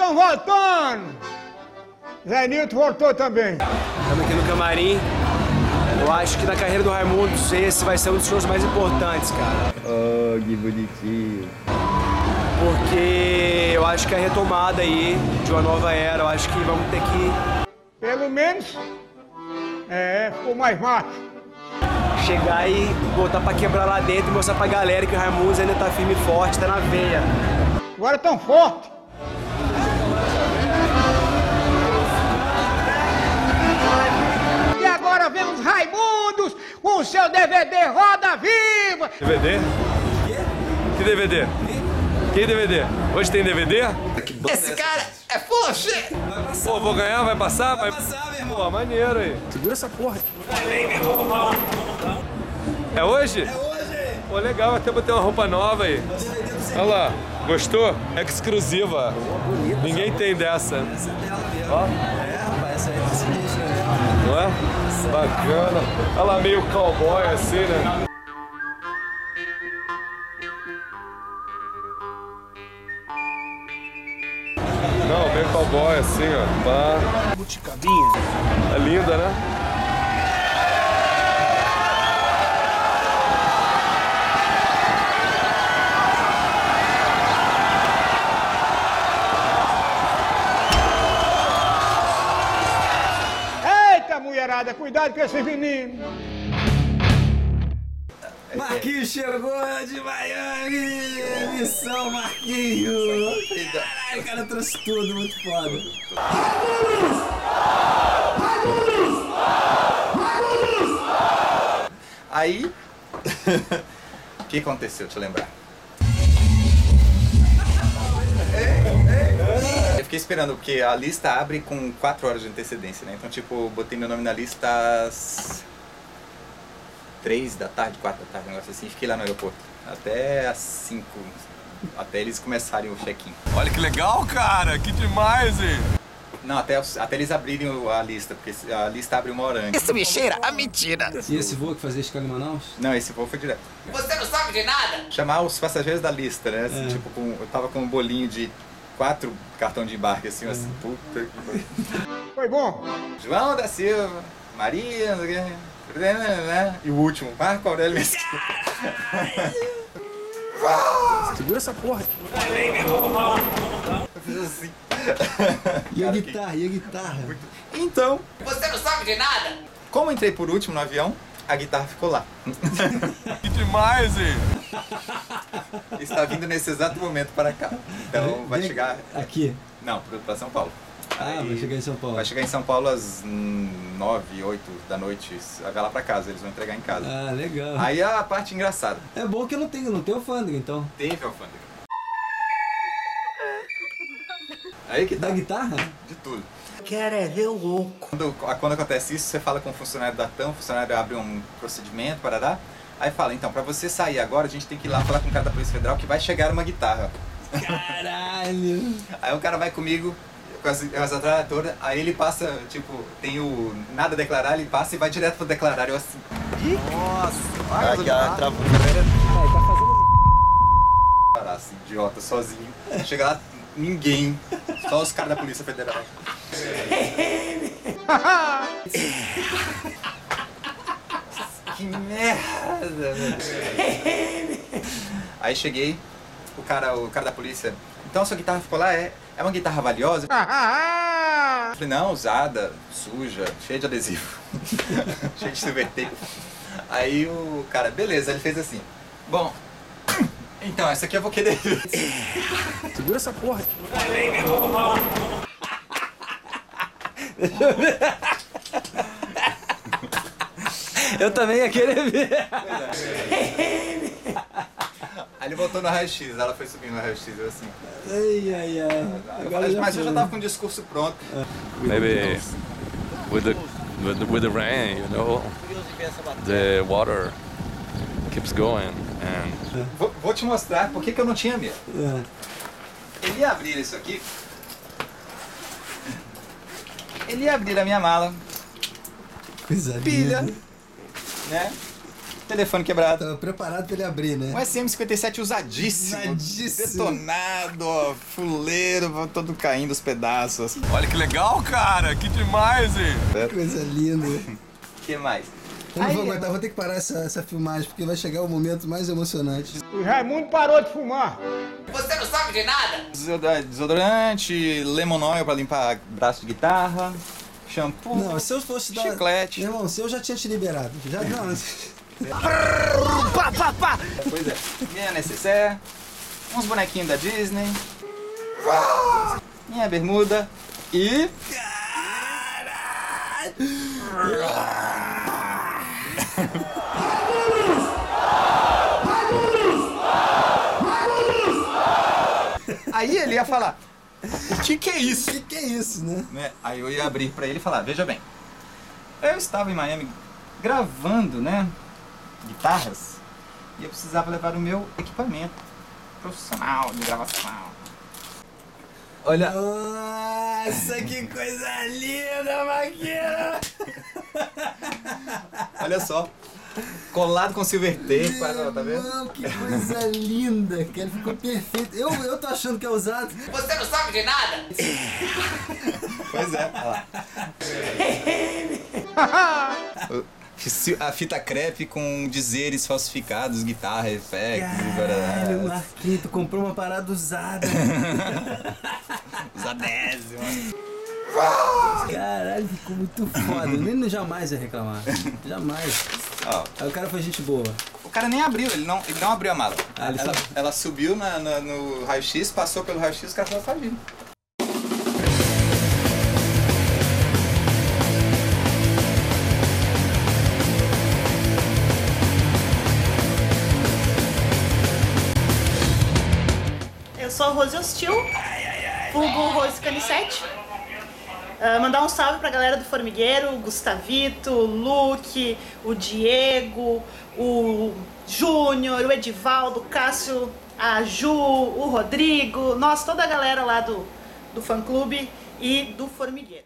Voltando! Zé Nilton voltou também. Estamos aqui no camarim. Eu acho que na carreira do Raimundo, esse vai ser um dos shows mais importantes, cara. Oh, que bonitinho. Porque eu acho que é a retomada aí de uma nova era. Eu acho que vamos ter que Pelo menos, é, ficou mais macho. chegar e botar pra quebrar lá dentro e mostrar pra galera que o Raimundo ainda tá firme e forte, tá na veia. Agora tão forte. E agora vemos Raimundos com o seu DVD Roda Viva. DVD? Que DVD? Que DVD? Hoje tem DVD? Esse cara é foche! Pô, vou ganhar, vai passar? Vai passar, meu irmão. Pô, maneiro aí. Segura essa porra. É hoje? Hoje, Pô, legal, até botei uma roupa nova aí. Olha lá, gostou? Exclusiva. Ninguém tem dessa, essa dela mesmo. É, rapaz, essa aí tá sinistra, né? não é? Bacana. Olha lá, meio cowboy assim, né? Não, meio cowboy assim, ó. Pá. É linda, né? Eita, mulherada, cuidado com esses meninos. Marquinhos chegou de Miami! Missão, Marquinhos! Caralho, o cara trouxe tudo, muito foda. Aí, o que aconteceu? Deixa eu lembrar. Eu fiquei esperando, porque a lista abre com 4 horas de antecedência, né? Então, tipo, eu botei meu nome na lista às 3 da tarde, 4 da tarde, um negócio assim. Fiquei lá no aeroporto até às 5, até eles começarem o check-in. Olha que legal, cara. Que demais, hein? Não, até, os- até eles abrirem o- a lista, porque a lista abre uma hora antes. Isso me cheira a mentira! E esse voo que fazia escala em Manaus? Não, esse voo foi direto. Você não sabe de nada! chamar os passageiros da lista, né? É. Assim, Tipo, com, eu tava com um bolinho de quatro cartão de embarque, assim, assim, É. puta que pariu. Foi bom? João da Silva, Maria, não sei o quê, né? e o último, Marco Aurélio Mesquita. Segura essa porra. Eu fiz assim. E a Cara, que- guitarra, e a guitarra? Então, Você não sabe de nada! como eu entrei por último no avião, a guitarra ficou lá. Que demais, hein? Está vindo nesse exato momento para cá. Então vai Vem chegar. Aqui. Não, pro- pra São Paulo. Ah, vai chegar em São Paulo. Vai chegar em São Paulo às hum, nove, oito da noite. Vai lá pra casa, eles vão entregar em casa. Ah, legal. Aí é a parte engraçada. É bom que não tem, não tem alfândega, então. Teve alfândega. Aí que tá Da guitarra? de tudo. Quero é ver o louco. Quando, quando acontece isso, você fala com o funcionário da TAM, o funcionário abre um procedimento, parará. Aí fala, então, pra você sair agora, a gente tem que ir lá falar com o cara da Polícia Federal que vai chegar uma guitarra. Caralho. Aí o cara vai comigo, com essa, com essa tralha toda, aí ele passa, tipo, tem o nada a declarar, ele passa e vai direto pro declarar. Eu assim, Ah, que parar, assim, idiota, sozinho. Chega lá, ninguém, só os caras da Polícia Federal. Que merda, velho. Aí cheguei, o cara, o cara da polícia, então sua guitarra ficou lá, é, é uma guitarra valiosa? Ah, Eu falei, não, usada, suja, cheia de adesivo, cheia de silver tape. Aí o cara, beleza, ele fez assim, bom, então essa aqui eu vou querer. Segura essa porra. Eu também ia querer ver. Aí ele botou no raio-x, ela foi subindo no raio-x, eu assim. Ai, ai, ai. Eu Agora falei, mas eu já foi. né?" tava com o discurso pronto. Maybe with the with the, with the rain, you know, the water keeps going and Vou, vou te mostrar por que que eu não tinha medo. É. Ele ia abrir isso aqui. Ele ia abrir a minha mala, Coisa Uhum. pilha, linda. né? Telefone quebrado. Tava preparado pra ele abrir, né? Um SM57 usadíssimo. Usadíssimo. Detonado, ó, fuleiro, todo caindo os pedaços. Olha que legal, cara. Que demais, hein? Coisa linda. O que mais? Eu não vou aguentar, vou ter que parar essa, essa filmagem, porque vai chegar o momento mais emocionante. O Raimundo parou de fumar. Desoda- Desodorante, lemon oil pra limpar braço de guitarra, shampoo. Não, se eu fosse dar. Chiclete. Meu irmão, se eu já tinha te liberado. Já não. Pois é. Minha necessaire, uns bonequinhos da Disney, minha bermuda e. Aí ele ia falar, o que que é isso? Que que é isso, né? né? Aí eu ia abrir pra ele e falar, veja bem, eu estava em Miami gravando, né, guitarras, e eu precisava levar o meu equipamento profissional de gravação. Olha, Nossa, que coisa linda, Maquina! olha só, colado com silver tape, olha, tá vendo? Não, que coisa linda, cara. Ele ficou perfeito. Eu, eu tô achando que é usado. Pois é, olha lá. Fiz A fita crepe com dizeres falsificados, guitarra, effects, Caralho, Marquinhos, tu comprou uma parada usada. os adésimos. Caralho, ficou muito foda. Eu nem jamais ia reclamar. Jamais. Ó, Aí o cara foi gente boa. O cara nem abriu, ele não, ele não abriu a mala. Ah, ele ela, foi- ela subiu na- na- no raio-x, passou pelo raio-x, o cara falou, tá vindo. Eu sou a Rose Hostil, vulgo Rose Canissete. Ah, mandar um salve pra galera do Formigueiro, o Gustavito, o Luke, o Diego, o Júnior, o Edivaldo, o Cássio, a Ju, o Rodrigo, nossa, toda a galera lá do, do fã clube e do Formigueiro.